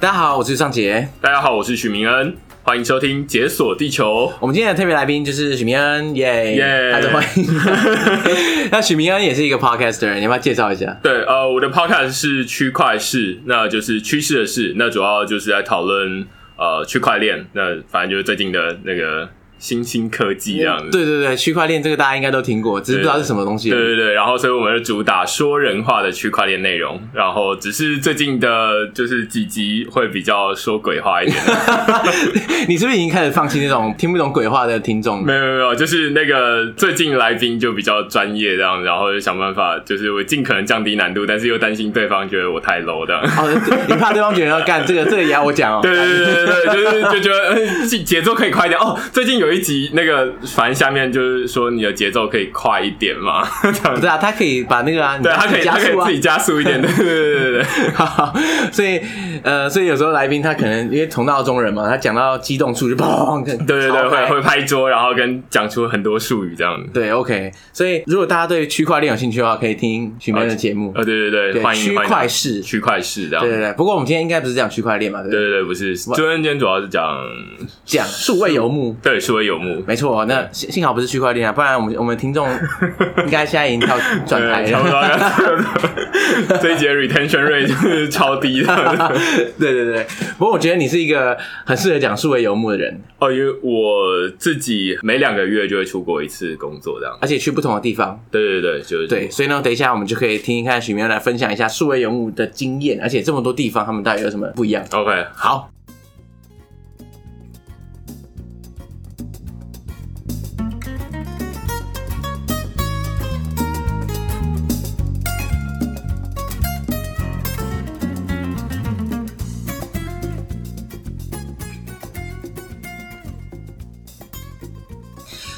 大家好，我是尚杰。大家好，我是许明恩，欢迎收听《解锁地球》。我们今天的特别来宾就是许明恩，耶耶大家欢迎。 那许明恩也是一个 podcaster，你要不要介绍一下？对，呃，我的 podcast 是区块市，那就是趋势的事，那主要就是在讨论呃区块链，那反正就是最近的那个新兴科技这样子。对对对，区块链这个大家应该都听过，只是不知道是什么东西。对对对，然后所以我们就主打说人话的区块链内容，然后只是最近的就是几集会比较说鬼话一点， 你是不是已经开始放弃那种听不懂鬼话的听众没？有没有没有，就是那个最近来宾就比较专业这样，然后就想办法，就是我尽可能降低难度，但是又担心对方觉得我太 low 这样。哦， 你怕对方觉得要干这个，这个也要我讲哦。对对对对对，就是就觉得呃节节奏可以快一点哦。最近有一集那个，反正下面就是说你的节奏可以快一点嘛，这样不是啊，他可以把那个啊，你对他可以加他可速以啊自己。加速一点，对对对对对， 好，所以呃，所以有时候来宾他可能因为同道中人嘛，他讲到激动处就砰，对对对超会嗨会拍桌，然后跟讲出很多术语这样。对，OK。所以如果大家对区块链有兴趣的话，可以听许明恩的节目。呃，对对对对，欢区迎欢迎块市区块市这样对。对对，不过我们今天应该不是讲区块链嘛，对不对对？对对，不是，今天今天主要是讲讲数位游牧，对数位游牧，没错。那幸幸好不是区块链啊，不然我们我们听 众应该现在已经跳转台对，差不了。多要差不多。这一节 retention rate 就是超低的。 对对对，不过我觉得你是一个很适合讲数位游牧的人，哦，因为我自己每两个月就会出国一次工作，这样。而且去不同的地方。对对对，就是对，所以呢，等一下我们就可以听一看许明恩来分享一下数位游牧的经验，而且这么多地方他们到底有什么不一样。 OK，好，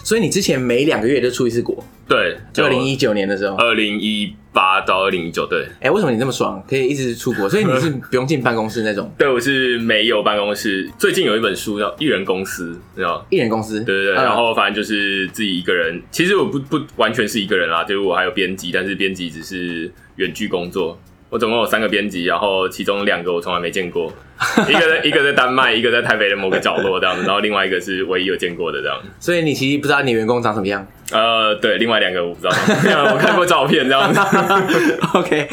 所以你之前每两个月都出一次国，对，啊呃二零一九年的时候，哎、哎二零一八到二零一九，对，为什么你这么爽，可以一直出国？所以你是不用进办公室那种对我是没有办公室。最近有一本书叫《艺人公司》，你知道吗？一人公司？对对对，嗯然后反正就是自己一个人。其实我不不完全是一个人啦，就是我还有编辑，但是编辑只是远距工作。我总共有三个编辑，然后其中两个我从来没 见过，一个在一个在丹麦，一个在台北的某个角落这样子，然后另外一个是唯一有见过的这样。所以你其实不知道你员工长什么样。 呃，对，另外两个我不知道， 我看过照片这样子。 OK，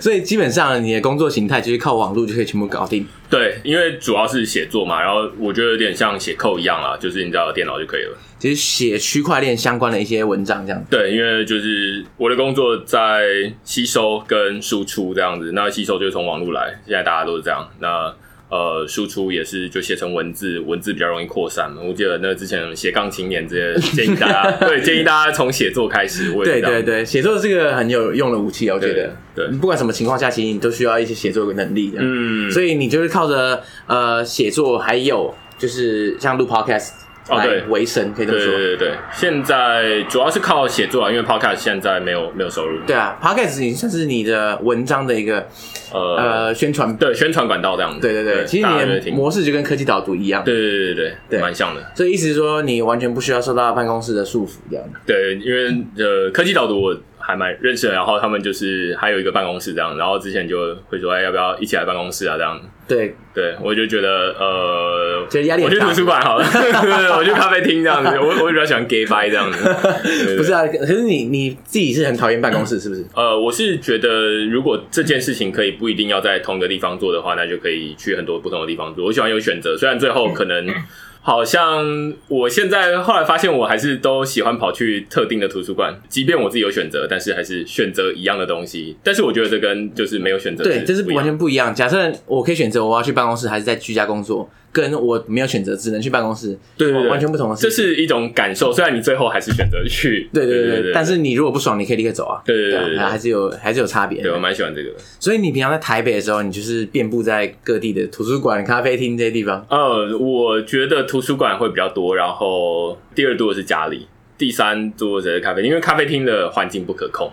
所以基本上你的工作形态就是靠网络就可以全部搞定。对，因为主要是写作嘛，然后我觉得有点像写扣一样啦，就是你只要有电脑就可以了。就是写区块链相关的一些文章这样。对，因为就是我的工作在吸收跟输出这样子，那吸收就是从网络来，现在大家都是这样。那呃，输出也是就写成文字，文字比较容易扩散嘛。我记得那之前斜杠青年这些建议 大家，对，建议大家从写作开始。我也对是这对样对，写作是个很有用的武器啊，我觉得。对对不管什么情况下，其实你都需要一些写作的能力的。嗯，嗯，所以你就是靠着呃写作，还有就是像录 podcast 哦对来维生，可以这么对说。对对对，现在主要是靠写作啊，因为 podcast 现在没有没有收入。对啊，podcast 已经算是你的文章的一个呃，呃宣传。对，宣传管道这样子。对对对，其实大家就你会的听。模式就跟科技导读一样，对对对对对对，蛮像的。所以意思是说你完全不需要受到办公室的束缚，这样。对，因为呃，科技导读我还蛮认识的，然后他们就是还有一个办公室这样，然后之前就会说，哎，要不要一起来办公室啊？这样，对，对我就觉得呃，觉得压力我很去大图书馆好了， 对，我去咖啡厅这样子，我我比较喜欢 gay bye 这样子。对对不是啊，可是你你自己是很讨厌办公室，是不是？呃，我是觉得，如果这件事情可以不一定要在同一个地方做的话，那就可以去很多不同的地方做。我喜欢有选择，虽然最后可嗯能好像我现在后来发现，我还是都喜欢跑去特定的图书馆，即便我自己有选择，但是还是选择一样的东西。但是我觉得这跟就是没有选择对，这是不一样完全不一样。假设我可以选择我要去办公室还是在居家工作，跟我没有选择只能去办公室，对对对完全不同的事这情。是一种感受。虽然你最后还是选择去，对对对对，但是你如果不爽，你可以立刻走啊。对对对啊对对还是有还是有差别对的。我蛮喜欢这个的。所以你平常在台北的时候，你就是遍布在各地的图书馆、咖啡厅这些地方。呃，我觉得图书馆会比较多，然后第二多的是家里，第三多则是咖啡厅，因为咖啡厅的环境不可控。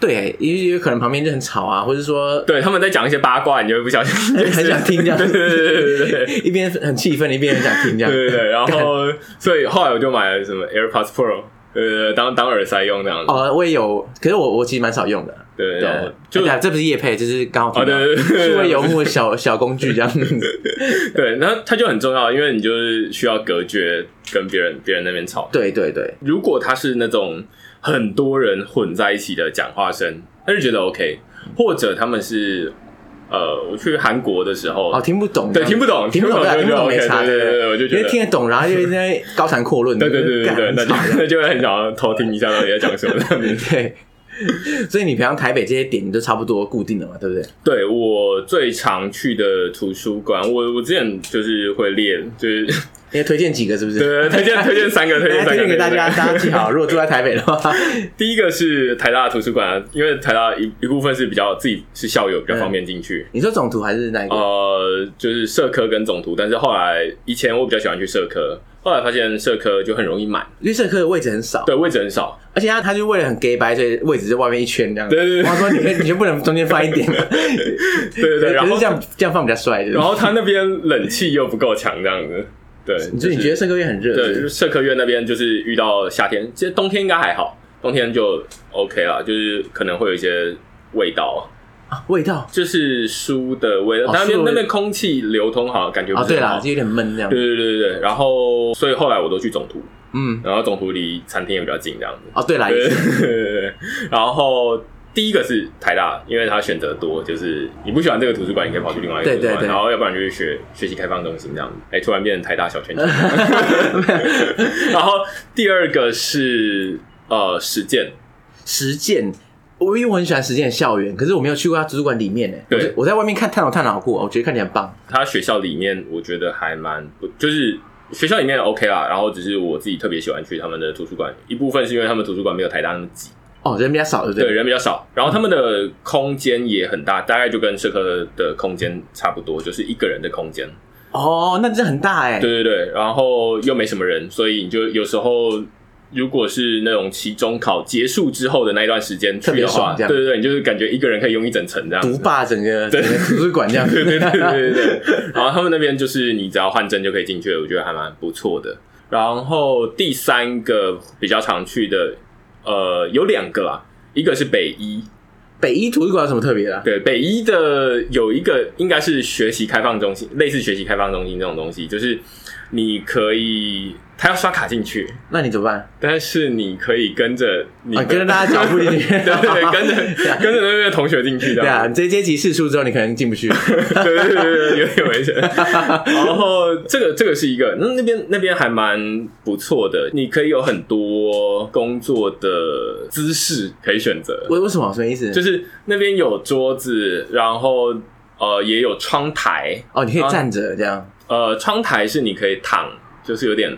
对，因为有可能旁边就很吵啊，或者说对，他们在讲一些八卦，你就会不小心就是 很想听这样 对对对对对对。 一边很气愤，一边很想听这样。对对对，然后所以后来我就买了什么 AirPods Pro，呃，当当耳塞用这样子。哦，我也有，可是我我其实蛮少用的。对，然后就就这不是叶配，就是刚好哦听到对对对数位游牧的小小工具这样 子。对，那它就很重要，因为你就是需要隔绝跟别人别人那边吵。对对对，如果他是那种很多人混在一起的讲话声，他就觉嗯得 OK，或者他们是呃，我去韩国的时候，哦，听不懂，对，听不懂，听不懂，就对觉听不得懂 OK，没差，对对对，对我就因觉为得。听得懂，然后又在高谈阔论，对对对对对，那就干很吵 那就会很想要偷听一下到底在讲什么。 对。所以你平常台北这些点你都差不多固定了嘛，对不对？对我最常去的图书馆，我我之前就是会列，就是 你要推荐几个是不是？对推荐推 荐三个，推荐来三推个荐给大家，对对对大家记好。如果住在台北的 话，第一个是台大的图书馆啊，因为台大一一部分是比较自己是校友比较嗯方便进去，你说总图还是哪一个？呃，就是社科跟总图，但是后来以前我比较喜欢去社科，后来发现社科就很容易满，绿色科的位置很少，对位置很少，而且他他就为了很 gay 白，所以位置在外面一圈这样。对对对我说你可以你就不能中间放一点吗？对 对对，可然是后这样这样放比较帅，对不对然后他那边冷气又不够强，这样子，对，你说你觉得社科院很热，对，是就不是是社科院那边就是遇到夏天，其实冬天应该还好，冬天就 OK 啦，就是可能会有一些味道，啊味道就是书的味道，哦但那边书的味那边空气流通好像感觉不啊，是对很好。啦，就有点闷这样。对对对对对，然后所以后来我都去总图，嗯，然后总图离餐厅也比较近这样子。哦对啦，对也是对对对对， 然后第一个是台大，因为它选择多，就是你不喜欢这个图书馆，你可以跑去另外一个对图书馆，对对然后要不然就是学学习开放中心这样子。哎，突然变成台大小圈圈。 然后第二个是呃实践，实践。我因为我很喜欢实践的校园，可是我没有去过他图书馆里面呢。欸对我在我在外面看探讨探讨过，我觉得看起来很棒。它学校里面我觉得还蛮不，就是学校里面 OK 啦，然后只是我自己特别喜欢去他们的图书馆，一部分是因为他们图书馆没有台大那么挤，哦，人比较少，对不对，对？人比较少，然后他们的空间也很大，大概就跟社科的空间差不多，就是一个人的空间。哦，那这很大哎。对对对，然后又没什么人，所以你就有时候如果是那种期中考结束之后的那一段时间特去别的话，爽这对样对对，你就是感觉一个人可以用一整层这样独 子。霸整个整个图书馆这样。对对对对对对。对然后他们那边就是你只要换证就可以进去，我觉得还蛮不错的。然后第三个比较常去的，呃，有两个啦，一个是北一，北一图书馆有什么特别的啊？对，北一的有一个应该是学习开放中心，类似学习开放中心这种东西，就是你可以，他要刷卡进去，那你怎么办？但是你可以跟着你啊，跟着大家脚步进去。 对对对，跟着跟着那边的同学进去的，对啊，你这阶级试出之后，你可能进不去。对对对对对，有 点危险。然后这个这个是一个，那那边那边还蛮不错的，你可以有很多工作的姿势可以选择，为为什么？什么意思？就是那边有桌子，然后呃也有窗台，哦，你可啊以站着这样。呃，窗台是你可以躺，就是有点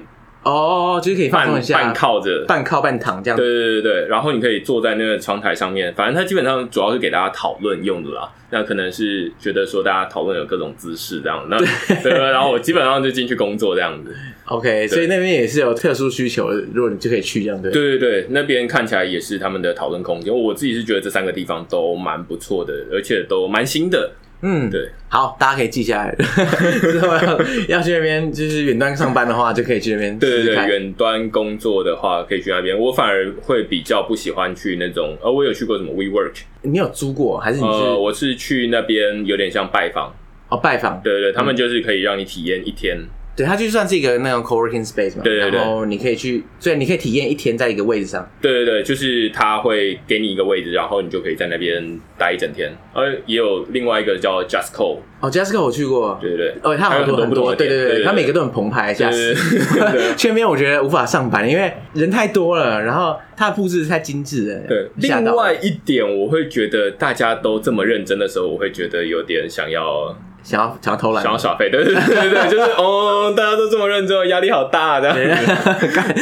哦，就是可以放半松一下，啊半靠着。半靠半躺这样对。对对对，然后你可以坐在那个窗台上面，反正它基本上主要是给大家讨论用的啦。那可能是觉得说大家讨论有各种姿势这样，那对对，然后我基本上就进去工作这样子。 OK，所以那边也是有特殊需求，的，如果你就可以去这样对。对对对，那边看起来也是他们的讨论空间。我自己是觉得这三个地方都蛮不错的，而且都蛮新的。嗯，对，好，大家可以记 下来。之后要要去那边就是远端上班的话，就可以去那边对试对试对，看。远端工作的话可以去那边。我反而会比较不喜欢去那种，呃，我有去过什么 WeWork，你有租过还是你呃，是我是去那边有点像拜访，哦拜访？对对对，他们就是可以让你体验一天，对，它就算是一个那种 co-working space 嘛，对对对然后你可以去，所以你可以体验一天在一个位置上。对对对，就是他会给你一个位置，然后你就可以在那边待一整天。而也有另外一个叫 Just Call，哦，Jessica 我去过，对对对，哦，它好还有多很很多不同多，的对对店对对对，对它每个都很澎湃，吓死对。对对 去那边我觉得无法上班，因为人太多了，然后它的布置太精致了，对。 吓另到外一点，我会觉得大家都这么认真的时候，我会觉得有点想要想要想要偷懒想，要耍废，对对对对 对，就是哦，大家都这么认真，压力好大 的。干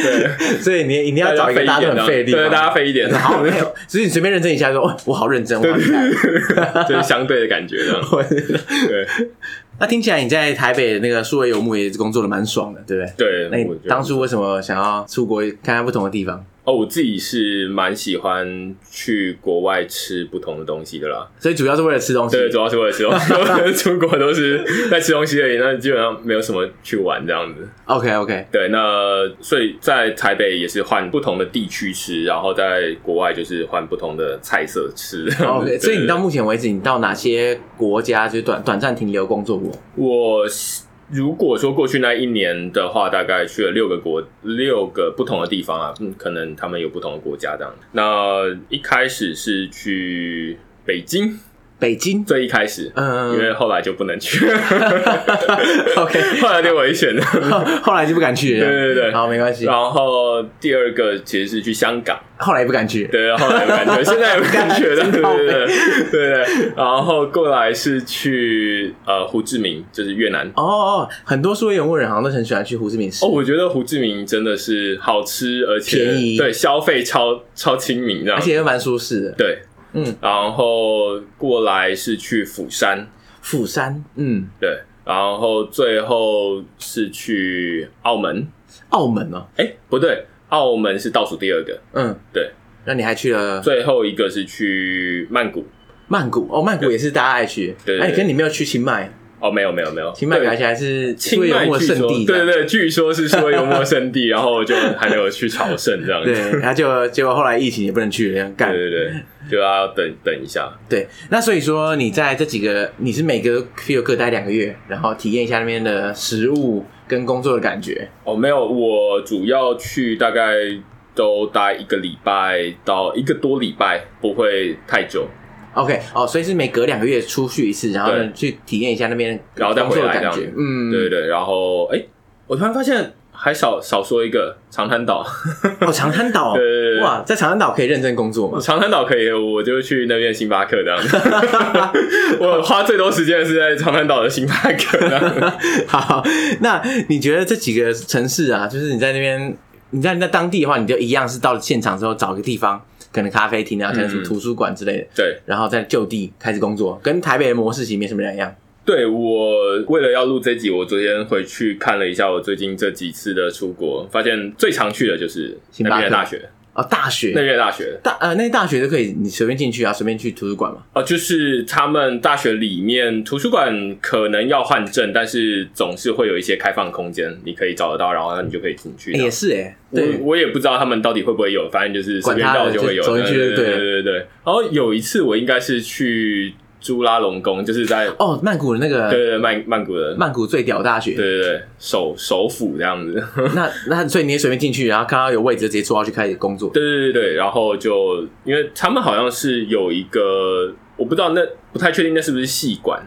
所以你你要找一个大家都很费力，对，大家费一点， 好没有，只是你随便认真一下说，哦我好认真，我好厉 害。就是相对的感觉这样。对那听起来你在台北那个数位游牧也工作的蛮爽的，对不对？对，那我你觉得当初为什么想要出国看看不同的地方？哦，我自己是蛮喜欢去国外吃不同的东西的啦。所以主要是为了吃东西。对，主要是为了吃东西， 出国都是在吃东西而已，那基本上没有什么去玩这样子。 OK OK，对，那所以在台北也是换不同的地区吃，然后在国外就是换不同的菜色吃。 OK，对哦所以你到目前为止，你到哪些国家就是短短暂停留工作过？我是如果说过去那一年的话，大概去了六个国六个不同的地方啊，嗯，可能他们有不同的国家这样。那一开始是去北京，北京，最一开始， 嗯因为后来就不能去， ，OK，后来就危险了。后来就不敢去了。对对对好，没关系，然后第二个其实是去香港。后来也不敢去。对，后来有感觉，现在有感觉的，对靠北对对对对。然后过来是去呃胡志明，就是越南。哦哦，很多苏维永物人好像都很喜欢去胡志明市。哦，我觉得胡志明真的是好吃，而且便宜对消费超超亲民这样而。且又蛮舒适的，对，嗯，然后过来是去釜山，釜山，嗯，对，然后最后是去澳门。澳门哦，哎，不对，澳门是倒数第二个，嗯，对，那你还去了最后一个是去曼谷。曼谷哦，曼谷也是大家爱去，对对对哎，可是你没有去清迈，哦，没有没有没有，清迈对而且还是苏清维迈永物据圣说，地，对对，对，据说是说幽默圣地，然后我就还没有去朝圣这样 子。对，然后就结果后来疫情也不能去了，干，对对对，就要等等一下。对，那所以说你在这几个，你是每个 feel 各待两个月，然后体验一下那边的食物跟工作的感觉。哦，没有，我主要去大概都待一个礼拜到一个多礼拜，不会太久， OK，哦，所以是每隔两个月出去一次，然后呢对去体验一下那边然后再工回作的来这感样觉子。。嗯，对对对，然后哎，我突然发现还少少说一个长滩岛， 哦，长滩岛，对对对对哇，在长滩岛可以认真工作吗？ 长滩岛可以，我就去那边星巴克这样子。我花最多时间的是在长滩岛的星巴克这 样子。好，那你觉得这几个城市啊，就是你在那边，你在那当地的话，你就一样是到了现场之后找个地方，可能咖啡厅啊，可能什么嗯图书馆之类的，对，然后再就地开始工作，跟台北的模式其实没什么两样。对我为了要录这集，我昨天回去看了一下我最近这几次的出国，发现最常去的就是星巴那克边的大学，哦，大那学边的大学大呃，那大学都可以，你随便进去啊，随便去图书馆嘛。哦，就是他们大学里面图书馆可能要换证，但是总是会有一些开放空间，你可以找得到，然后你就可以进去。哎也是哎、我对，我也不知道他们到底会不会有，反正就是随便管他到的就会有。就走进去对就对了对对对。然后有一次我应该是去朱拉隆功，就是在哦，曼谷的那对个对对曼曼谷的曼谷最屌大学，对对对首首府这样子。那那所以你也随便进去，然后看到有位置就直接坐下去开始工作。对对对对，然后就因为他们好像是有一个，我不知道那不太确定那是不是系馆，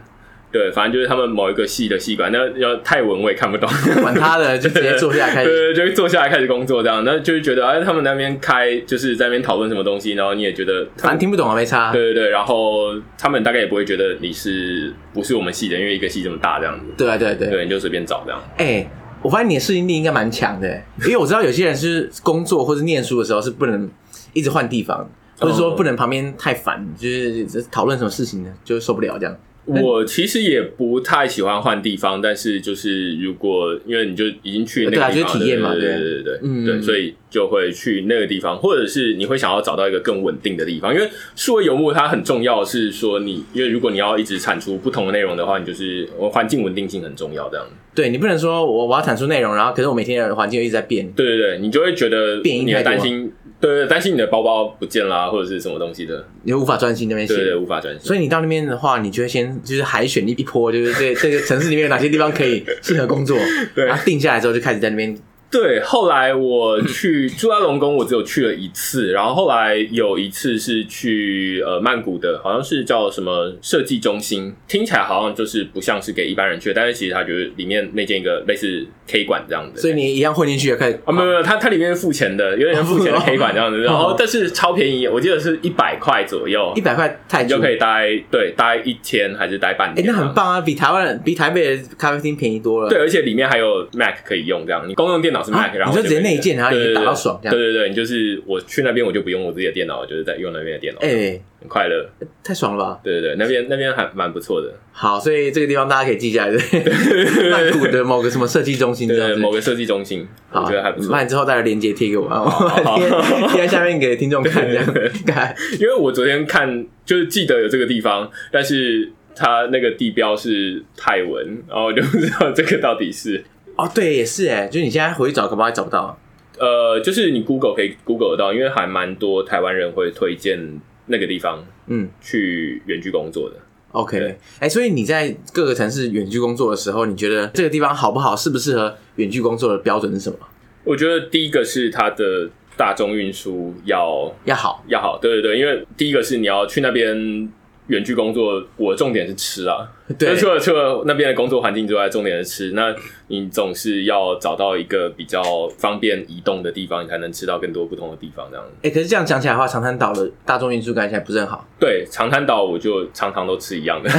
对，反正就是他们某一个系的系馆，那要泰文我也看不懂，管他的，就直接坐下来开对始对，对就坐下来开始工作这样，那就是觉得哎，他们那边开就是在那边讨论什么东西，然后你也觉得反正听不懂啊，没差。对对对，然后他们大概也不会觉得你是不是我们系的，因为一个系这么大这样子，对啊，对啊对啊。对，你就随便找这样。哎、我发现你的适应力应该蛮强的、因为我知道有些人是工作或者念书的时候是不能一直换地方，哦或者说不能旁边太烦，就是讨论什么事情呢，就受不了这样。我其实也不太喜欢换地方，但是就是如果因为你就已经去那个地对啊方了，就是体验嘛对对对对对，嗯对，所以就会去那个地方，或者是你会想要找到一个更稳定的地方，因为数位游牧它很重要的是说你，因为如果你要一直产出不同的内容的话，你就是呃环境稳定性很重要，这样，对你不能说我我要产出内容，然后可是我每天的环境又一直在变。对对对，你就会觉得变音你太的多担心，对对，对担心你的包包不见啦，或者是什么东西的，你无法专心那边对对对，写。无法专心。所以你到那边的话，你就会先就是海选一一波，就是这这个城市里面有哪些地方可以适合工作， 对然后定下来之后就开始在那边对，后来我去朱拉隆功，我只有去了一次，然后后来有一次是去呃曼谷的，好像是叫什么设计中心，听起来好像就是不像是给一般人去的，但是其实它就是里面那间一个类似 K 馆这样子。所以你一样混进去，开始啊，没有没有，它它里面是付钱的，有点像付钱的 K 馆这样子，然后但是超便宜，我记得是一百块左右一，百块泰你铢就可以待对待一天还是待半哎、天这那样子。很棒啊，比台湾比台北的咖啡厅便宜多了。对，而且里面还有 Mac 可以用，这样你公用电脑是 Mac，、啊然后你就直接内建然后对你对打对到爽这样对对对，你就是我去那边我就不用我自己的电脑，我就是在用那边的电脑。哎、很快乐。太爽了吧！对对对，那边那边还蛮不错的，好，所以这个地方大家可以记下来，对，曼谷的某个什么设计中心这对样对子。某个设计中心，我好，觉得还不错那。你之后带来链接贴给我，啊，我好贴 贴在下面给听众看，这样对。 看因为我昨天看就是记得有这个地方，但是它那个地标是泰文，然后我就不知道这个到底是 哦，对，也是哎，就是你现在回去找，搞不好还找不到。呃，就是你 Google 可以 Google 得到，因为还蛮多台湾人会推荐那个地方嗯去远距工作的。 ，OK，对哎，所以你在各个城市远距工作的时候，你觉得这个地方好不好，适不适合远距工作的标准是什么？我觉得第一个是它的大众运输要要好，要好，对对对，因为第一个是你要去那边远距工作，我重点是吃啊，对那，除了除了那边的工作环境之外，重点是吃。那你总是要找到一个比较方便移动的地方，你才能吃到更多不同的地方。这样哎，可是这样讲起来的话，长滩岛的大众运输感觉还不是很 好。对，长滩岛我就常常都吃一样的，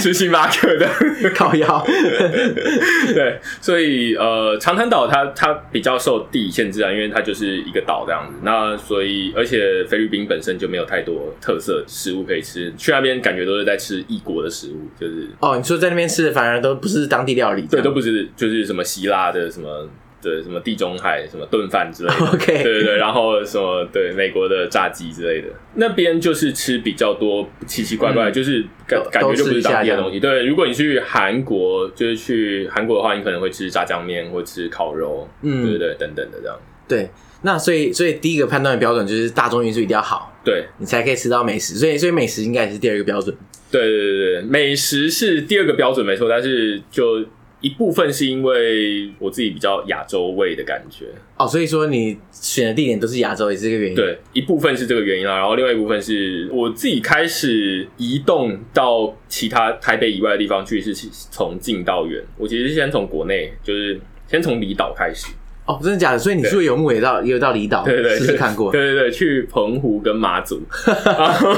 吃星巴克的。靠腰， 对，所以呃，长滩岛它它比较受地理限制啊，因为它就是一个岛这样子。那所以而且菲律宾本身就没有太多特色食物可以吃，去那边感觉都是在吃异国的食物，就是哦，你说在那边吃的反而都不是当地料理，对，都不是就是什么希腊的什么的什么地中海什么炖饭之类的。 OK，对对对，然后什么对美国的炸鸡之类的，那边就是吃比较多奇奇怪怪，就是感嗯都感觉就不都吃一是下当地的东西。对，如果你去韩国，就是去韩国的话，你可能会吃炸酱面或吃烤肉，嗯对对对，等等的这样。对，那所以所以第一个判断的标准就是大众运输一定要好，对你才可以吃到美食。所以所以美食应该也是第二个标准。对对对对，美食是第二个标准没错，但是就一部分是因为我自己比较亚洲味的感觉，哦，所以说你选的地点都是亚洲，也是这个原因。，对，一部分是这个原因啦，然后另外一部分是我自己开始移动到其他台北以外的地方去，是从近到远。我其实是先从国内，就是先从离岛开始，哦，真的假的？所以你对住游牧也到也有到离岛，对对对，哦试试看过。对对对，去澎湖跟 马祖，然后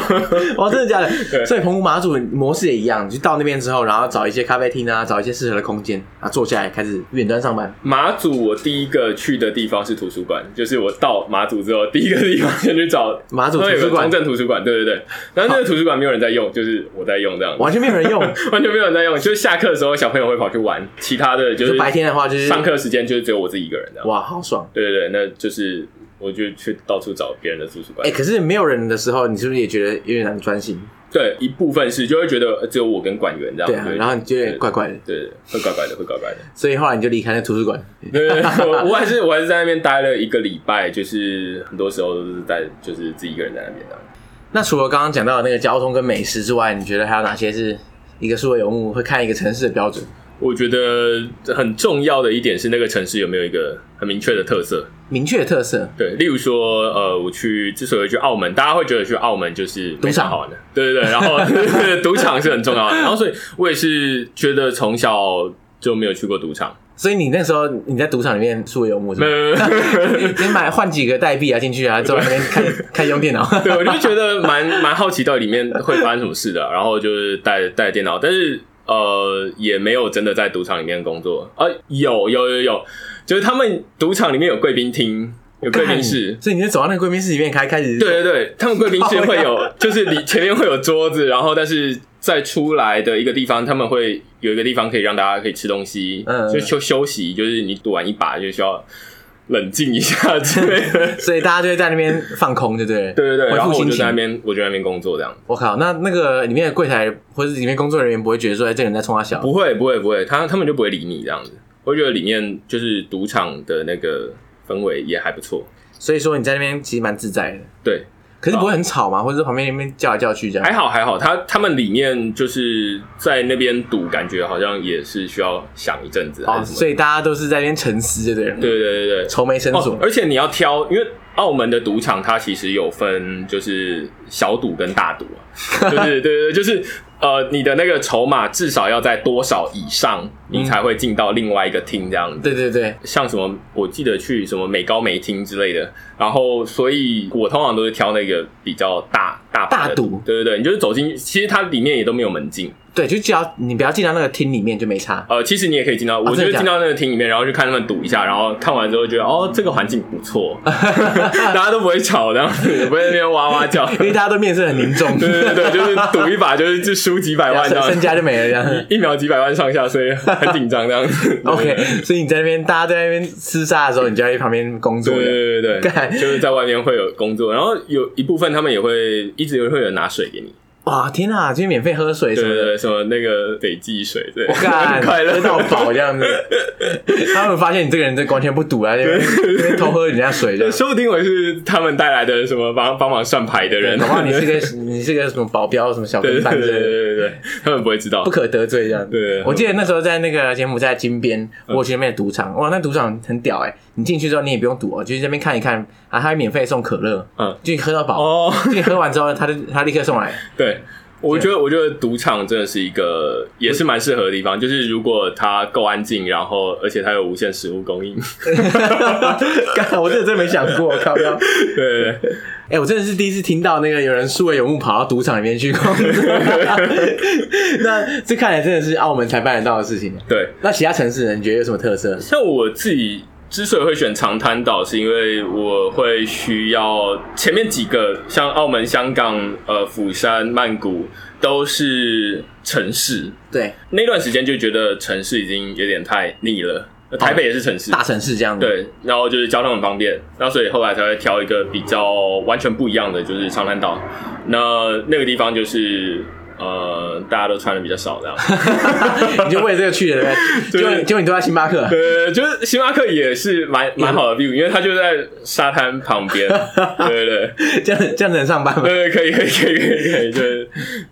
哦，真的假的？对所以澎湖马祖模式也一样，你去到那边之后，然后找一些咖啡厅啊，找一些适合的空间啊，坐下来开始远端上班。马祖我第一个去的地方是图书馆，就是我到马祖之后，第一个地方先去找马祖他图们有书个馆中正图书馆，对对对，然后那个图书馆没有人在用，就是我在用这样，完全没有人用，完 全没有人在用，就是下课的时候小朋友会跑去玩，其他的就是就白天的话就是上课时间就是只有我自己一个人这样。哇，好爽。对对对，那就是我就去到处找别人的图书馆。哎、可是没有人的时候，你是不是也觉得有点难专心？对，一部分是就会觉得呃只有我跟管员这样，对啊，就会然后你就有点怪怪的，对对，对会怪怪的，会怪怪的。所以后来你就离开那图书馆。对对对，我我还是我还是在那边待了一个礼拜，就是很多时候都是在就是自己一个人在那边这样。那除了刚刚讲到的那个交通跟美食之外，你觉得还有哪些是一个数位游牧会看一个城市的标准？我觉得很重要的一点是那个城市有没有一个很明确的特色，明确的特色，对，例如说，呃，我去之所以去澳门，大家会觉得去澳门就是赌非场常好玩的，对对对，然后 赌场是很重要的，然后所以我也是觉得从小就没有去过赌场， 所以你那时候你在赌场里面数位游牧是吗？呃，你买换几个代币啊进去 啊，坐在那边看看用电脑。对我就觉得蛮蛮好奇到底里面会发生什么事的，然后就是带带电脑，但是呃也没有真的在赌场里面工作，啊，有有有有，就是他们赌场里面有贵宾厅，有贵宾 室，所以你就走到那个贵宾室里面开开始。对对对，他们贵宾室会靠有， 就是你前面会有桌子，然后但是再出来的一个地方，他们会有一个地方可以让大家可以吃东西，嗯。就休休息，就是你赌完一把就需要冷静一下之类 的所以大家就会在那边放空，对不对？对对对，恢然后复我心就在那情。边，我就在那边工作这样。我靠，那那个里面的柜台或者是里面工作人员不会觉得说，哎，这个人在冲他笑。不会不会不会，他他们就不会理你这样子。我觉得里面就是赌场的那个氛围也还不错，所以说你在那边其实蛮自在的，对，可是不会很吵嘛，或者是旁边那边叫来叫去这样。哦还好还好。他他们里面就是在那边赌，感觉好像也是需要想一阵子还哦，是什么的。所以大家都是在那边沉思，对不对？对对对对，愁眉深锁。嗯哦，而且你要挑，因为澳门的赌场它其实有分，就是小赌跟大赌 啊，就是对对对，就是呃，你的那个筹码至少要在多少以上，你嗯才会进到另外一个厅这样子。对对对，像什么，我记得去什么美高梅厅之类的，然后所以我通常都是挑那个比较大大把的大赌对对对，你就是走进，其实它里面也都没有门禁，对，就只要你不要进到那个厅里面就没 差。呃，其实你也可以进到，我啊真的就假的进到那个厅里面，然后去看他们赌一下，然后看完之后觉得哦，这个环境 不错，大家都不会吵，然后不会在那边哇 哇叫，因为大家都面色很凝重，对对对，就是赌一把就是就输几百万这身 样身子，家就没了这样。一秒几百万上下，所以很紧张这样子。 OK，所以你在那边，大家在那边厮杀的时候，你就要在旁边工作对的。对对对干对， 就是在外面会有工作，然后有一部分他们也会一直会有人拿水给你，哇，天哪，就是免费喝水什对么对的，对，什么那个北极水，对，干 很快乐喝到饱这 样子。他们发现你这个人真的完全不赌啊，在那边在那边偷喝人家水这样。说不定我是他们带来的什么帮帮忙算牌的人，搞不好你是个你是个什么保镖什么小对跟对班对之类的，对 对对，他们不会知道不。可得罪这样。对，嗯我记得那时候在那个柬埔寨金边，我去那边的赌场，哇，那赌场很屌哎、你进去之后你也不用赌哦，就是这边看一看啊，他会免费送可乐，嗯，就你喝到饱， 哦，就你喝完之后他就他立刻 送来，对。我觉得，我觉得赌场真的是一个也是蛮适合的地方，就是如果它够安静，然后而且它有无限食物供应， 干，我真的真没想过，靠不要，对对对，哎、我真的是第一次听到那个有人数位游牧跑到赌场里面去工作， 那这看来真的是澳门才办得到的事情。对，那其他城市呢？你觉得有什么特色？像我自己之所以会选长滩岛，是因为我会需要前面几个，像澳门、香港、呃釜山、曼谷都是城市，对，那段时间就觉得城市已经有点太腻了。呃台北也是城市，大城市这样子。对，然后就是交通很方便，那所以后来才会挑一个比较完全不一样的，就是长滩岛。那那个地方就是呃，大家都穿的比较少这样。 你就为了这个去的，对不对对结果结果你都在星巴克，呃，就是星巴克也是蛮蛮好的 view，因为它就在沙滩旁边，对对对， 这样这样子能上班 吗？对对，可以可以可以可以可以，就是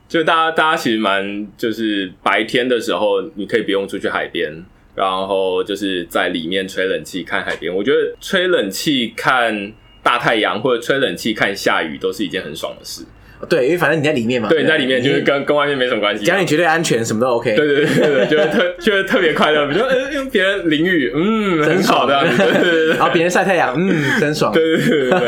就大家大家其实蛮就是白天的时候，你可以不用出去海边，然后就是在里面吹冷气看海边。我觉得吹冷气看大太阳或者吹冷气看下雨都是一件很爽的事。对，因为反正你在里面嘛。 对，不你在里面就是你跟跟外面没什么关系只。要你绝对安全，什么都 OK。对对对对，对，就是特就是特别快乐，比如说呃用别人淋雨，嗯，很好的，对对对对然。后别人晒太阳，嗯，真爽。对对对对对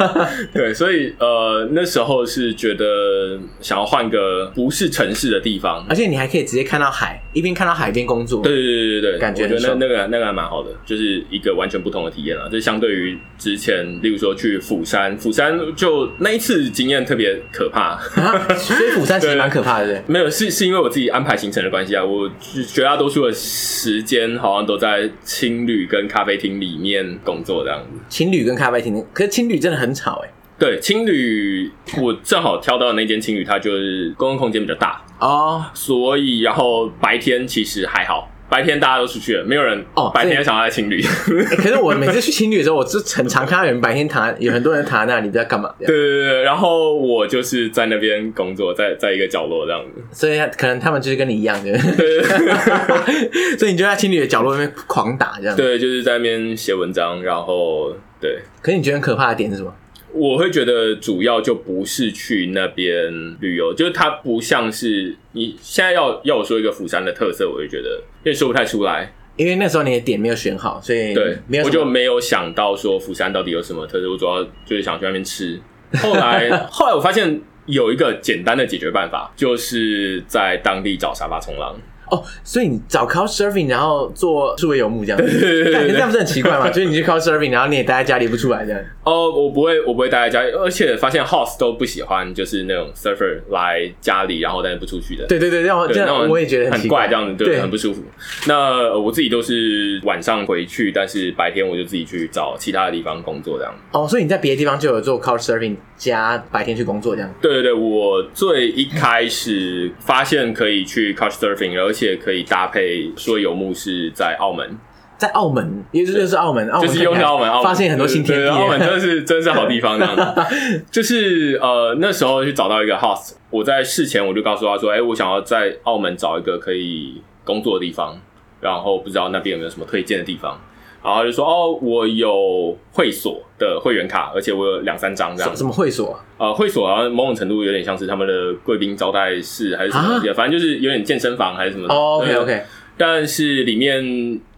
对，所以呃那时候是觉得想要换个不是城市的地方。而且你还可以直接看到海，一边看到海边工作。对对对对对，感觉我觉得很爽那那个那个还蛮好的，就是一个完全不同的体验了。就相对于之前，例如说去釜山，釜山就那一次经验特别可怕。 啊，所以釜山其实对蛮可怕的，对不没有，是是因为我自己安排行程的关系啊。我绝大多数的时间好像都在青旅跟咖啡厅里面工作这样子。对情侣跟咖啡厅，可是情侣真的很吵哎。对，青旅我正好挑到的那间青旅，它就是公共空间比较大，哦所以然后白天其实还好，白天大家都出去了，没有人哦白天想要在情侣。欸可是我每次去情侣的时候，我就很常看到有人白天躺在，有很多人躺在那里，不知道干嘛。对对对对，然后我就是在那边工作，在在一个角落这样子。所以可能他们就是跟你一样，对不对？对对对 所以你就在情侣的角落那边狂打这样。对，就是在那边写文章，然后对，可是你觉得很可怕的点是什么？我会觉得主要就不是去那边旅游，就是它不像是你现在要要我说一个釜山的特色，我就觉得因为说不太出来。因为那时候你的点没有选好，所以对，没有我什就么没有想到说釜山到底有什么特色，我主要就是想去那边吃。后 来后来我发现有一个简单的解决办法，就是在当地找沙发冲浪。哦，所以你找 couch surfing，然后做数位游牧 这样子。但这样不是很奇怪吗？就是你去 couch surfing，然后你也待在家里不出来这样。哦，我不会，我不会待在家里，而且发现 host 都不喜欢，就是那种 surfer 来家里，然后但是不出去的。对对对，让我这对，那样种我也觉得奇很怪，这样子对，对很不舒服。那呃我自己都是晚上回去，但是白天我就自己去找其他的地方工作，这样。哦，所以你在别的地方就有做 couch surfing，加白天去工作这样。对对对，我最一开始发现可以去 Couchsurfing，而且可以搭配说游牧是在澳门，在澳门，也就是就是澳门，澳门就是用到澳门，澳门发现很多新天对对 对澳门真地。的是真是好地方，这 样子。就是呃那时候去找到一个 house，我在事前我就告诉他说，哎、我想要在澳门找一个可以工作的地方，然后不知道那边有没有什么推荐的地方。然后他就说哦，我有会所的会员卡，而且我有两三张这样什。什么会所啊？呃，会所好像某种程度有点像是他们的贵宾招待室还是什么东西的，反正就是有点健身房还是什么。哦，OK 对 OK，但是里面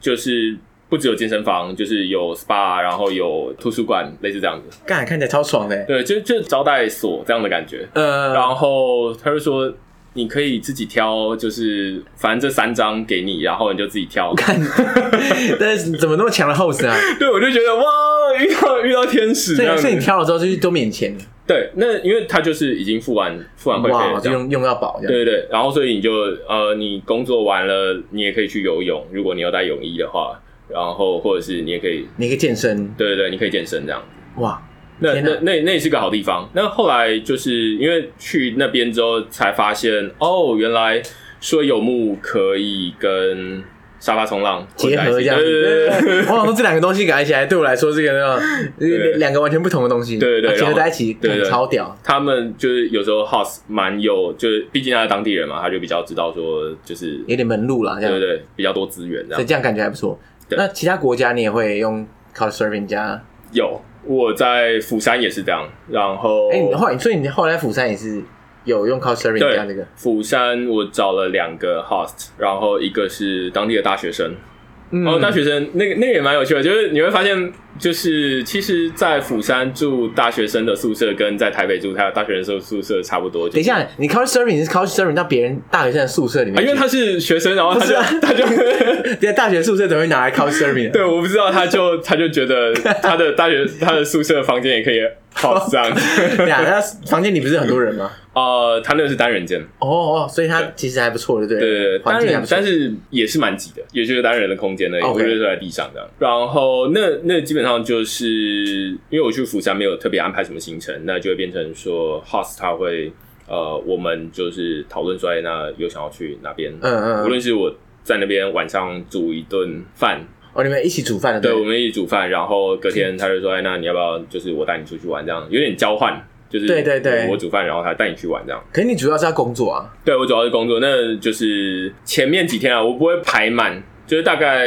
就是不只有健身房，就是有 SPA，然后有图书馆，类似这样子。干看起来超爽的。对，就就招待所这样的感觉。呃，然后他就说。你可以自己挑，就是反正这三张给你，然后你就自己 挑。但是怎么那么强的 host 啊？对，我就觉得哇，遇到遇到天使这所样以子。所以你挑了之后就是都免钱，对，那因为他就是已经付完付啊完会费哇，了，这就样用用到饱这样。对对对，然后所以你就呃，你工作完了，你也可以去游泳，如果你要带泳衣的话，然后或者是你也可以，你可以健身，对对对，你可以健身这样。哇，那天哪那那那也是个好地方。那后来就是因为去那边之后才发现，哦，原来说有木可以跟沙发冲浪混结在一合起这样子。对对对对我想说这两个东西改起来，对我来说是个那对种两个完全不同的东西，对对对啊结合在一起，然后对对超屌。他们就是有时候 House 蛮有，就是毕竟他是当地人嘛，他就比较知道说就是有点门路啦，这对样，对对，比较多资源这所以样。这样感觉还不错。对哦那其他国家你也会用 Couchsurfing 加？有我在釜山也是这样，然后哎，你后来，所以你后来釜山也是有用 Couchsurfing 对加这个，釜山我找了两个 host，然后一个是当地的大学生，嗯然后哦大学生那个那个也蛮有趣的，就是你会发现，就是其实，在釜山住大学生的宿舍跟在台北住他大学生的宿舍差不多。就是等一下，你 Couchsurfing 是 Couchsurfing 到别人大学生的宿舍里啊，面因去，为他是学生，然后他就、不是啊他就。 人家大学宿舍怎么会拿来 Couchsurfing？对，我不知道，他就他就觉得他的大学他的宿舍房间也可以 host 这样 子，对啊，他房间里不是很多人吗？呃，他那个是单人间，哦哦，所以他其实还不错，对不对？对对对，环单境还人不，错但。是也是蛮挤的，也就是单人的空间的，我 OK 就是在地上这样。然后那那基本上就是因为我去釜山没有特别安排什么行程，那就会变成说 host 他会呃，我们就是讨论说，哎，那有想要去哪边？嗯嗯无嗯，论是我在那边晚上煮一顿饭，哦，你们一起煮饭的，对，不我们一起煮饭，然后隔天他就说，哎，那你要不要就是我带你出去玩这样，有点交换。就是对对对我煮饭，然后他带你去玩这样。可是你主要是要工作啊， 对我主要是工作，那就是前面几天啊，我不会排满，就是大概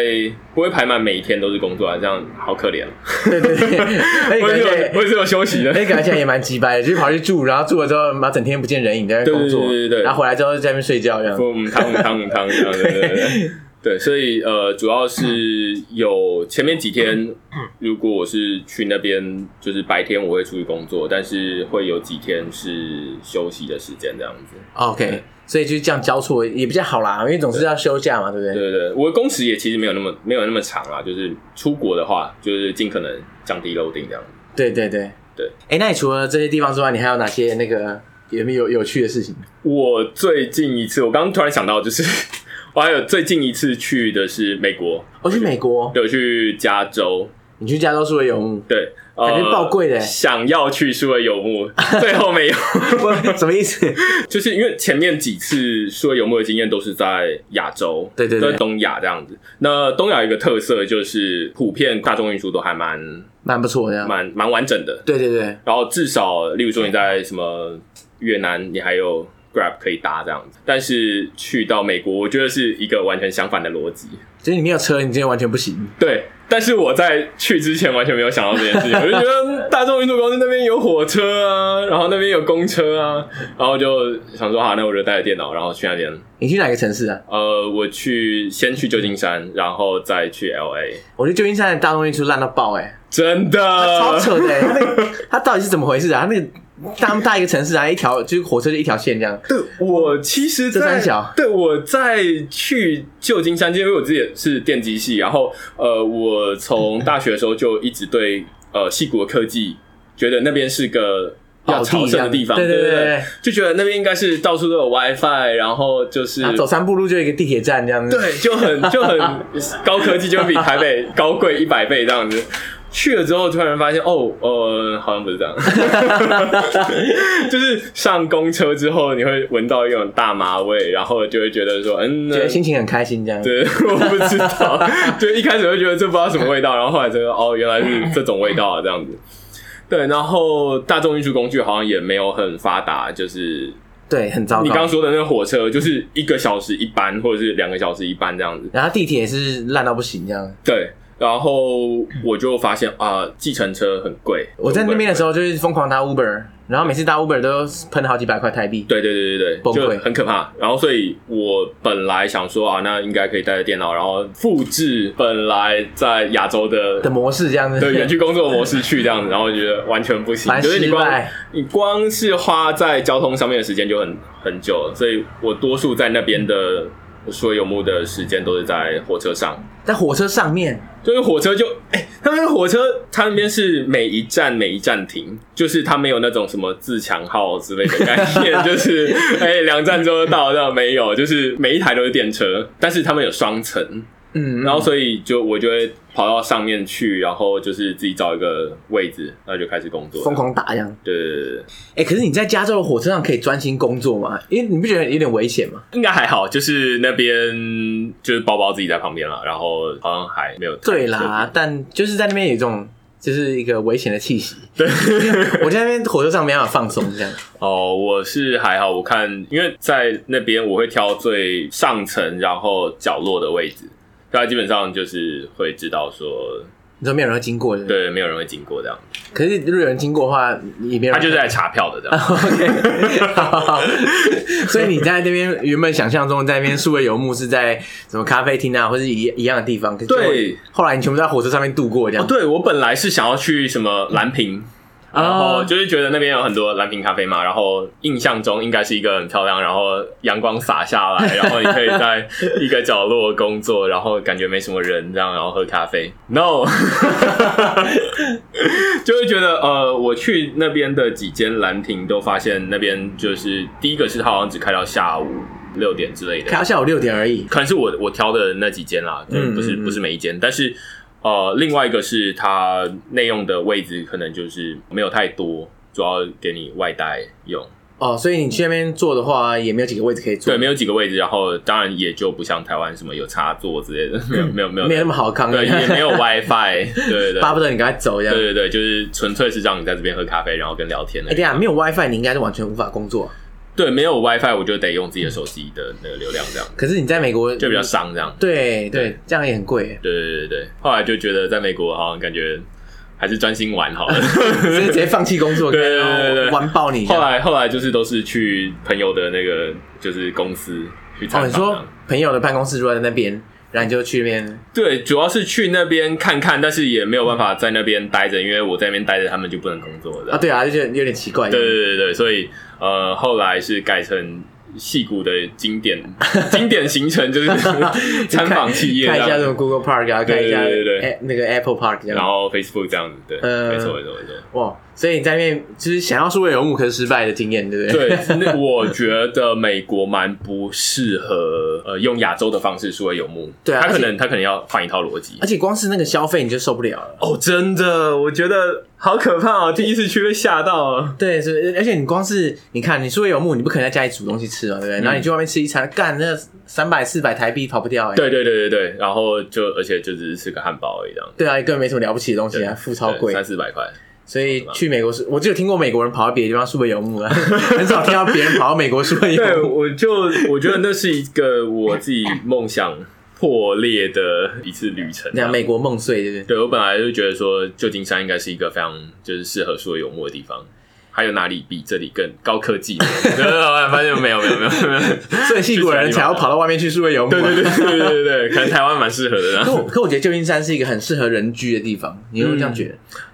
不会排满，每一天都是工作啊，这样好可怜啊。对对 对，而且我哎感哎也是觉有，我也是有休息的而。且感觉现在也蛮鸡掰的，就是跑去住，然后住了之后，妈整天不见人影，在那边工作，对对对对对然后回来之后在那边睡觉这样。不，母嗯汤母汤母汤这样，对对对对。对，所以呃，主要是有前面几天，如果我是去那边，就是白天我会出去工作，但是会有几天是休息的时间这样子。哦 OK，所以就是这样交错也比较好啦，因为总是要休假嘛，对不对？对对对，我的工时也其实没有那么没有那么长啊，就是出国的话，就是尽可能降低 loading 这样子。对对对对。哎，那你除了这些地方之外，你还有哪些那个有没有有趣的事情？我最近一次，我刚刚突然想到，就是 我还有最近一次去的是美国，我去哦美国，有去加州，你去加州是为游牧，对，呃感觉爆贵嘞想要去数位游 牧，最后没有，不 什么意思？就是因为前面几次数位游牧的经验都是在亚洲，对对对都是东亚这样子。那东亚有一个特色就是，普遍大众运输都还蛮蛮不错的这样。啊蛮蛮完整的，对对对，然后至少，例如说你在什么越南，你还有 Grab 可以搭这样子。但是去到美国，我觉得是一个完全相反的逻辑。就是你没有车，你今天完全不行。对，但是我在去之前完全没有想到这件事情，我就觉得大众运输公司那边有火车啊，然后那边有公车啊，然后就想说，好，那我就带着电脑，然后去那边。你去哪个城市啊？呃，我去先去旧金山，然后再去 L A。我觉得旧金山的大众运输烂到爆哎、真的，超扯的、欸，他那个他到底是怎么回事啊？他那个那么大一个城市啊，一条就是火车就一条线这样，对，我其实这在三小对我在去旧金山，因为我自己也是电机系，然后呃，我从大学的时候就一直对呃戏骨的科技觉得那边是个。要哦宝地朝圣的地方，这样对对对对对对，就觉得那边应该是到处都有 WiFi，然后就是然后走三步路就有一个地铁站这样子。对，就很就很高科技，就比台北高贵一百倍这样子。去了之后，突然发现哦，呃，好像不是这样， 就是上公车之后，你会闻到一种大麻味，然后就会觉得说，嗯，那觉得心情很开心这样。对， 我不知道， 就一开始会觉得这不知道什么味道，然后后来这个哦，原来是这种味道啊，这样子。对，然后大众运输工具好像也没有很发达，就是对，很糟你刚糕刚。说的那个火车，就是一个小时一班，或者是两个小时一班这样子。然后地铁也是烂到不行这样。对，然后我就发现啊，计、程车很贵。我在那边的时候，候就是疯狂打 Uber，然后每次搭 Uber 都喷好几百块台币，对对对对对，崩就溃很可怕。然后，所以我本来想说啊，那应该可以带着电脑，然后复制本来在亚洲的的模式这样子，对远距工作模式去这样子，然后我觉得完全不行，蛮就是你失光败。你光是花在交通上面的时间就很很久了，所以我多数在那边的所有目的时间都是在火车上。在火车上面，就是火车就哎、他们火车它那边是每一站每一站停，就是它没有那种什么自强号之类的概念，就是哎两、站之后就到，这样没有，就是每一台都是电车，但是他们有双层，嗯，然后所以就我就会跑到上面去，然后就是自己找一个位置，然后就开始工作。疯狂打这样。对对对对，哎、可是你在加州的火车上可以专心工作吗？因为你不觉得有点危险吗？应该还好，就是那边就是包包自己在旁边了，然后好像还没有对啦，但就是在那边有一种就是一个危险的气息。对， 我在那边火车上没办法放松，这样哦，我是还好，我看因为在那边我会挑最上层，然后角落的位置，大家基本上就是会知道说，你说没有人会经过的。，对，没有人会经过这样，可是如果有人经过的话，也没有人。他就是来查票的 这样。 OK，好所以你在那边原本想象中在那边数位游牧是在什么咖啡厅啊，或是一一样的地方，可是对后来你全部在火车上面度过这哦，样。嗯对我本来是想要去什么蓝屏，然后哦就是觉得那边有很多蓝瓶咖啡嘛，然后印象中应该是一个很漂亮，然后阳光洒下 来，然后你可以在一个角落工作，然后感觉没什么人这样，然后喝咖啡。No，就会觉得呃，我去那边的几间蓝亭都发现那边就是第一个是它好像只开到下午六点之类的开，到下午六点而已。可能是我我挑的那几间啦，对，嗯不是嗯嗯不是每一间，但是呃，另外一个是它内用的位置可能就是没有太多，主要给你外带用，哦，所以你去那边坐的话，也没有几个位置可以坐，对，没有几个位置，然后当然也就不像台湾什么有插座 之类的，没有没有没有，没有那么好康， 对，也没有 WiFi，对对对。巴不得你赶快走这样。对哎、对对，就是纯粹是让你在这边喝咖啡，然后跟聊天而已。等一下没有 WiFi，你应该是完全无法工作。对，没有 WiFi，我就得用自己的手机的那个流量，这样可是你在美国就比较伤这样。对对对，，这样也很贵对对对对，后来就觉得在美国好像感觉还是专心玩好了。 所以直接放弃工作，对对对对对然后玩爆你这后样。来后来就是都是去朋友的那个就是公司去哦，参你访这说样。朋友的办公室就在那边，然后你就去那边对，主要是去那边看看，但是也没有办法在那边待着，因为我在那边待着，他们就不能工作的。啊？对啊，就觉得有点奇怪。对对对对，所以呃，后来是改成戏骨的 经典经典行程，就是参访企业看这一下什么样， Google Park 啊，看一下对对对对 A- 那个 Apple Park 这然样。后 Facebook 这样子，对，嗯没错没错没错。哇，所以你在那边就是想要数位游牧可是失败的经验，对不对？对，那我觉得美国蛮不适合呃用亚洲的方式数位游牧，对啊他可而且能他可能要换一套逻辑而。且光是那个消费你就受不了了。哦，真的，我觉得好可怕哦！第一次去被吓到啊！对，所以而且你光是你看，你数位游牧，你不可能在家里煮东西吃嘛，对不嗯对？然后你去外面吃一餐，干那三百四百台币跑不掉哎。对对对对对，然后就而且就只是吃个汉堡而已，这样对啊，根本没什么了不起的东西啊，付超贵三。四百块。所以去美国是，我只有听过美国人跑到别的地方数位游牧啊， 很少听到别人跑到美国数位对，游牧。我就我觉得那是一个我自己梦想破裂的一次旅程。啊那美国梦碎， 对不对？对我本来就觉得说旧金山应该是一个非常就是适合说游牧的地方，还有哪里比这里更高科技呢？ 没有，发现没有没有没有没有，所以戏骨人才要跑到外面去数位游牧啊。 对对对对对对对，可能台湾蛮适合的啊可啦。我 可我觉得旧金山是一个很适合人居的地方，你有没有这样觉得？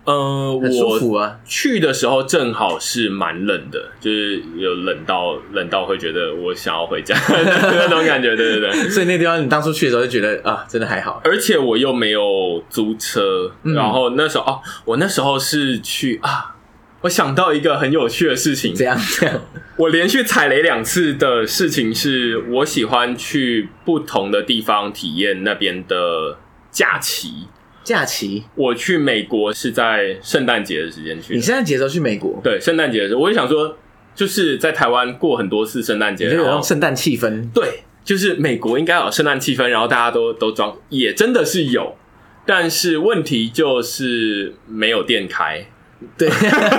嗯，很舒服我啊。去的时候正好是蛮冷的，就是有冷到冷到会觉得我想要回家 那种感觉，对对对。所以那地方你当初去的时候就觉得啊，真的还好。而且我又没有租车，嗯然后那时候哦，我那时候是去啊，我想到一个很有趣的事情，这 样这样，我连续踩雷两次的事情是，我喜欢去不同的地方体验那边的假期。假期我去美国是在圣诞节的时间去你的，圣诞节的时候去美国，对，圣诞节的时候，我也想说，就是在台湾过很多次圣诞节，你就有然那后种圣诞气氛。对，就是美国应该有圣诞气氛，然后大家都都装，也真的是有，但是问题就是没有店开，对，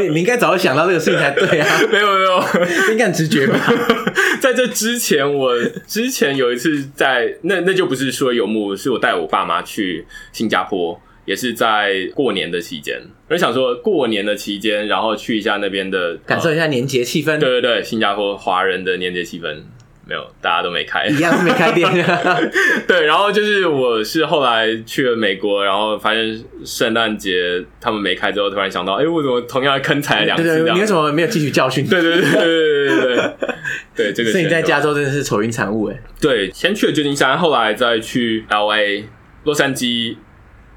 你你应该早就想到这个事情才对 啊， 没有没有。应该很直觉吧？在这之前，我之前有一次在那那就不是说游牧，是我带我爸妈去新加坡，也是在过年的期间，我就想说过年的期间，然后去一下那边的感受一下、下年节气氛，对对对，新加坡华人的年节气氛，没有，大家都没开，一样是没 开店。对，然后就是我是后来去了美国，然后发现圣诞节他们没开之后，突然想到，哎，我怎么同样坑踩了 两对次这对，样？你为什么没有汲取教训？对对对对对对对对，对这个所以你在选择加州真的是愁云惨雾欸哎。对，先去了旧金山，后来再去 L A 洛杉矶，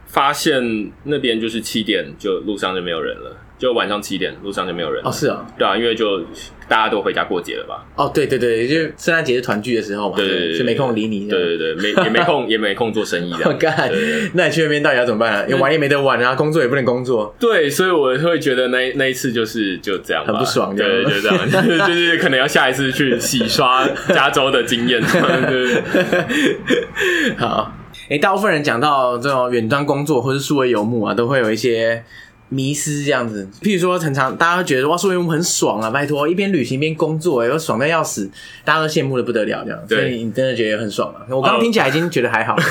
发现那边就是七点就路上就没有人了，就晚上七点路上就没有人了哦，是哦，对啊，因为就大家都回家过节了吧？哦，对对对，就是圣诞节是团聚的时候嘛，对对对对就没空理你。这样。对对对， 没也没空也没空做生意我的。干对对，那你去那边到底要怎么办啊？因为玩也没得 玩啊，工作也不能工作。 对，所以我会觉得那那一次就是就这样吧，很不爽这对，样就这样， 就是就是可能要下一次去洗刷加州的经验，对对对，好，诶、大部分人讲到这种远端工作或是数位游牧啊，都会有一些迷失这样子。譬如说，常常大家会觉得哇，数位游牧很爽啊，拜托，一边旅行一边工作、欸，又爽的要死，大家都羡慕的不得了这样。所对以你真的觉得很爽吗？我刚哦刚听起来已经觉得还好 了。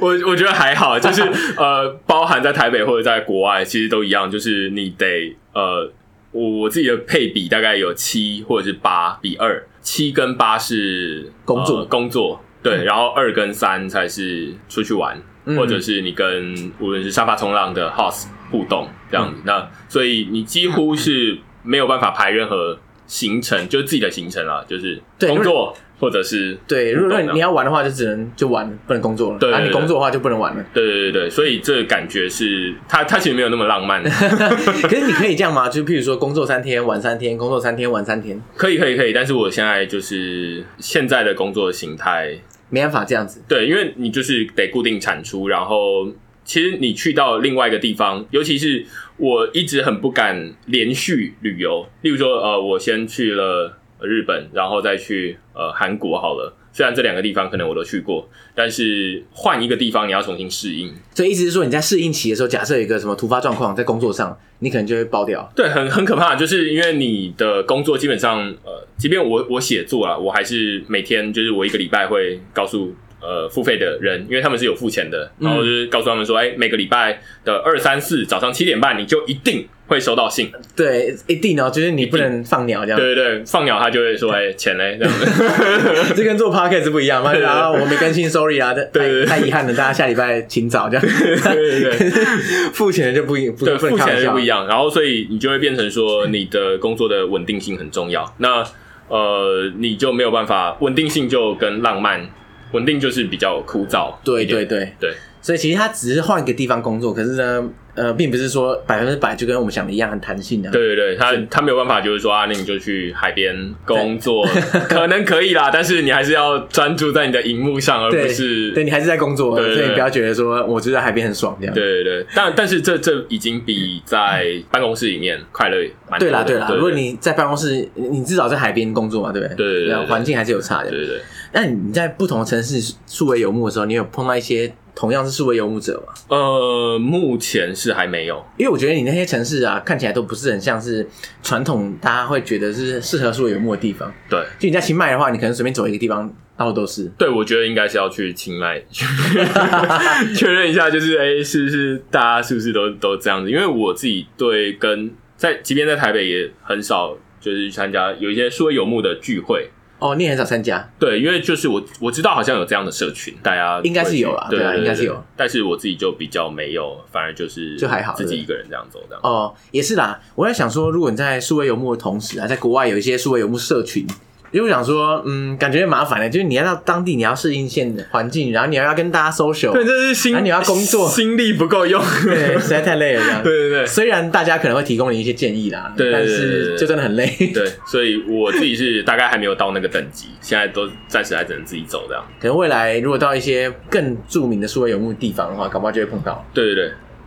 我我觉得还好，就是呃，包含在台北或者在国外，其实都一样，就是你得呃，我我自己的配比大概有七或者是八比二，七跟八是工作呃工作对，然后二跟三才是出去玩，嗯或者是你跟无论是沙发冲浪的 host 互动嗯这样子，那所以你几乎是没有办法排任何行程，就是自己的行程啦，就是对工作或者是对，如互果动你这你样要玩的话，就只能就玩，不能工作了。对对啊，你对工作的话就不能玩 了。对对对对，所以这感觉是它它其实没有那么浪漫。可是你可以这样吗？就譬如说，工作三天玩三天，工作三天玩三天，可以可以可以，但是我现在就是现在的工作形态，没办法这样子。对，因为你就是得固定产出，然后其实你去到另外一个地方，尤其是我一直很不敢连续旅游，例如说呃，我先去了日本，然后再去呃韩国好了。虽然这两个地方可能我都去过，但是换一个地方你要重新适应，所以意思是说，你在适应期的时候，假设有一个什么突发状况在工作上，你可能就会爆掉。对，很很可怕，就是因为你的工作基本上，呃，即便我我写作啊，我还是每天就是我一个礼拜会告诉呃付费的人，因为他们是有付钱的，然后就是告诉他们说，哎、每个礼拜的二三四早上七点半，你就一定会收到信。对，一定哦，就是你不能放鸟这样。对对对，放鸟他就会说，哎、钱嘞，这样子。这跟做 podcast 不一样嘛。 对对啊，我没更新，sorry 啊，对太对太遗憾了，大家下礼拜请早这样。对对对。付钱的就不一不对，不能付开钱玩就笑不一。样。然后，所以你就会变成说，你的工作的稳定性很重要。那呃，你就没有办法，稳定性就跟浪漫，稳定就是比较枯燥对一对点。对对所以其实他只是换个地方工作，可是呢，呃，并不是说百分之百就跟我们想的一样很弹性的、啊。对对对，他他没有办法，就是说啊，那你就去海边工作， 可能可以啦，但是你还是要专注在你的荧幕上，而不对，是对你还是在工作，对对对所以你不要觉得说我就在海边很爽这样。对对对。但但是这这已经比在办公室里面快乐蛮多对的。啦对啦，对如果你在办公室，你你至少在海边工作嘛，对不对？对对对啊对环境还是有差的。对对对。那你在不同的城市数位游牧的时候，你有碰到一些同样是数位游牧者吗？呃，目前是还没有。因为我觉得你那些城市啊，看起来都不是很像是传统大家会觉得是适合数位游牧的地方。对，就你在清迈的话，你可能随便走一个地方，到处都是。对，我觉得应该是要去清迈 确认一下，就是哎、诶是不是大家是不是都都这样子？因为我自己对跟在，即便在台北也很少，就是参加有一些数位游牧的聚会。哦，你也很少参加，对，因为就是我我知道好像有这样的社群，大家应该是会去有啦对对啊对对应该是对有。但是我自己就比较没有，反而就是就还好自己对一个人这样走这样。哦，也是啦。我在想说，如果你在数位游牧的同时啊，在国外有一些数位游牧社群，因为我想说，嗯，感觉麻烦的，就是你要到当地，你要适应现环境，然后你要要跟大家 social，对，这是心、啊那你要工作心力不够用。对对，实在太累了这样。 对对虽然大家可能会提供你一些建议啦，对但是就真的很累。对，所以我自己是大概还没有到那个等级，现在都暂时还只能自己走这样。 可能未来如果到一些更著名的数位游牧地方的话，搞不好就会碰到。对对对，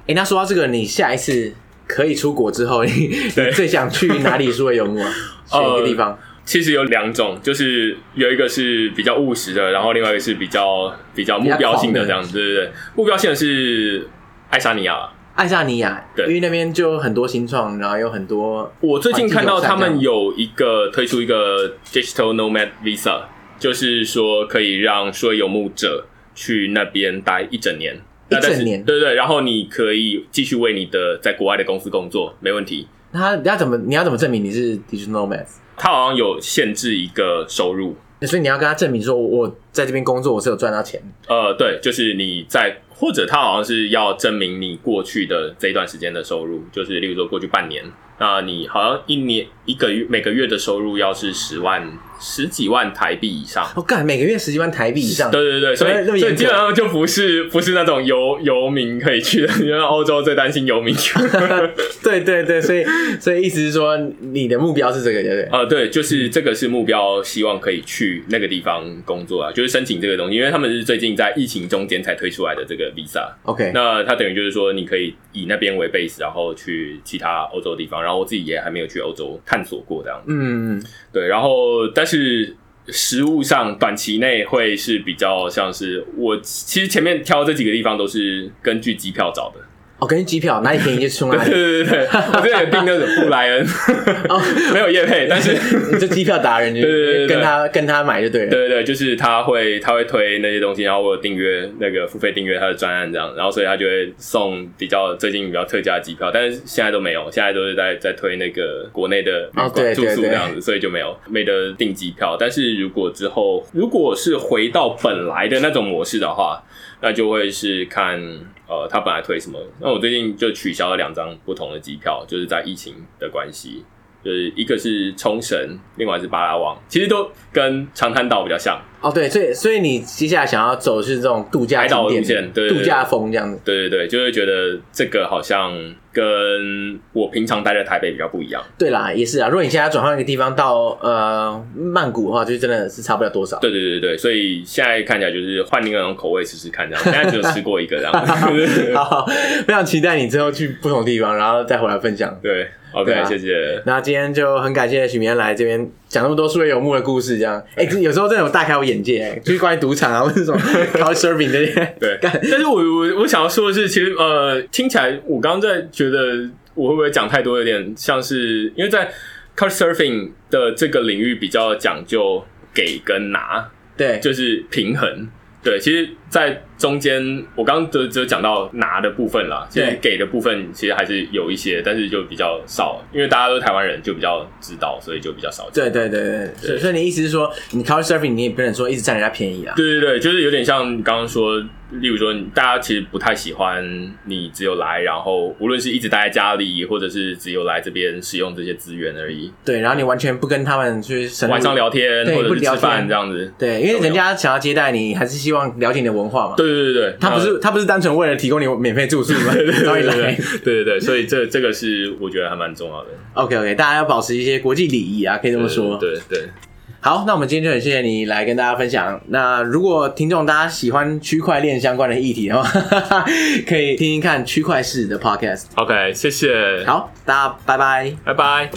诶，那说到这个，你下一次可以出国之后，你对哦你最想去哪里数位游 牧啊？选一个地方。其实有两种，就是有一个是比较务实的，然后另外一个是比较比较目标性的这样子，对对对，目标性的是爱沙尼亚。爱沙尼亚，对因为那边就很多新创，然后有很多我最近看到他环们境有一个推出一个 digital nomad visa，就是说可以让所有游牧者去那边待一整年，一那但是整年对对对，然后你可以继续为你的在国外的公司工作，没问题。那他要怎么你要怎么证明你是 digital nomad？它好像有限制一个收入，所以你要跟他证明说，我我在这边工作，我是有赚到钱。呃，对，就是你在，或者他好像是要证明你过去的这一段时间的收入，就是例如说过去半年，那你好像一年一个月每个月的收入要是十万十几万台币以上。我、哦干，每个月十几万台币以上，对对对，所那以么所严以格基本上就不是不是那种游游民可以去的，因为欧洲最担心游 民去。对对对， 所以所以意思是说，你的目标是这个，对不对？呃，对，就是这个是目标，希望可以去那个地方工作啊，就是申请这个东西，因为他们是最近在疫情中间才推出来的这个 visa， OK，那它等于就是说，你可以以那边为 base，然后去其他欧洲地方。然后我自己也还没有去欧洲探索过这样子。嗯，对，然后但是食物上短期内会是比较像是我其实前面挑这几个地方都是根据机票找的。我、根据哦机票哪里便宜就去 哪对里，对对对，我之前有订那种布莱恩， 哦没有夜配，但是。你就机票达人，就对对对对跟他跟他买就对了。对对对，就是他会他会推那些东西，然后我有订阅那个付费订阅他的专案这样，然后所以他就会送比较最近比较特价的机票，但是现在都没有，现在都是在在推那个国内的旅馆、哦对住宿对对这样子，所以就没有没得订机票。但是如果之后如果是回到本来的那种模式的话，那就会是看呃他本来推什么。那我最近就取消了两张不同的机票，就是在疫情的关系，就是一个是冲绳，另外是巴拉望，其实都跟长滩岛比较像。哦，对，所以所以你接下来想要走是这种度假景海岛点路线对对对度假风这样子。对对对，就会觉得这个好像跟我平常待在台北比较不一样。对啦，也是啊。如果你现在转换一个地方到呃曼谷的话，就真的是差不了多少。对对对对，所以现在看起来就是换另外一种口味试试看这样。现 在只有吃过一个这样。 好，非常期待你之后去不同地方，然后再回来分享。 对对啊，OK，谢谢。那今天就很感谢许明恩来这边讲那么多数位游牧的故事，这样，哎、这有时候真的有大开我眼界、哎就是关于赌场啊，或者 什么 couchsurfing 这些， 对，干但是我我我想要说的是，其实呃，听起来我刚刚在觉得我会不会讲太多，有点像是因为在 Couchsurfing 的这个领域比较讲究给跟拿，对，就是平衡。对，其实，在中间我刚刚只只有讲到拿的部分啦，其实对给的部分其实还是有一些，但是就比较少，因为大家都是台湾人，就比较知道，所以就比较少对讲。对对对，所以所以你意思是说，你 couchsurfing 你也不能说一直占人家便宜啊，对对对，就是有点像你刚刚说，例如说，大家其实不太喜欢你只有来，然后无论是一直待在家里，或者是只有来这边使用这些资源而已，对，然后你完全不跟他们去深入晚上，聊天对或者不是聊吃天饭这样子。对，因为人家想要接待你，还是希望了解你的文化嘛，对对对对，他不那是他不是单纯为了提供你免费住宿嘛，然后你对对来对对对，所以这这个是我觉得还蛮重要的。 ，OK OK，大家要保持一些国际礼仪啊，可以这么说，对对对，好，那我们今天就很谢谢你来跟大家分享。那如果听众大家喜欢区块链相关的议题的话， 可以听听看区块市的 podcast。 OK，谢谢，好，大家拜拜。拜拜。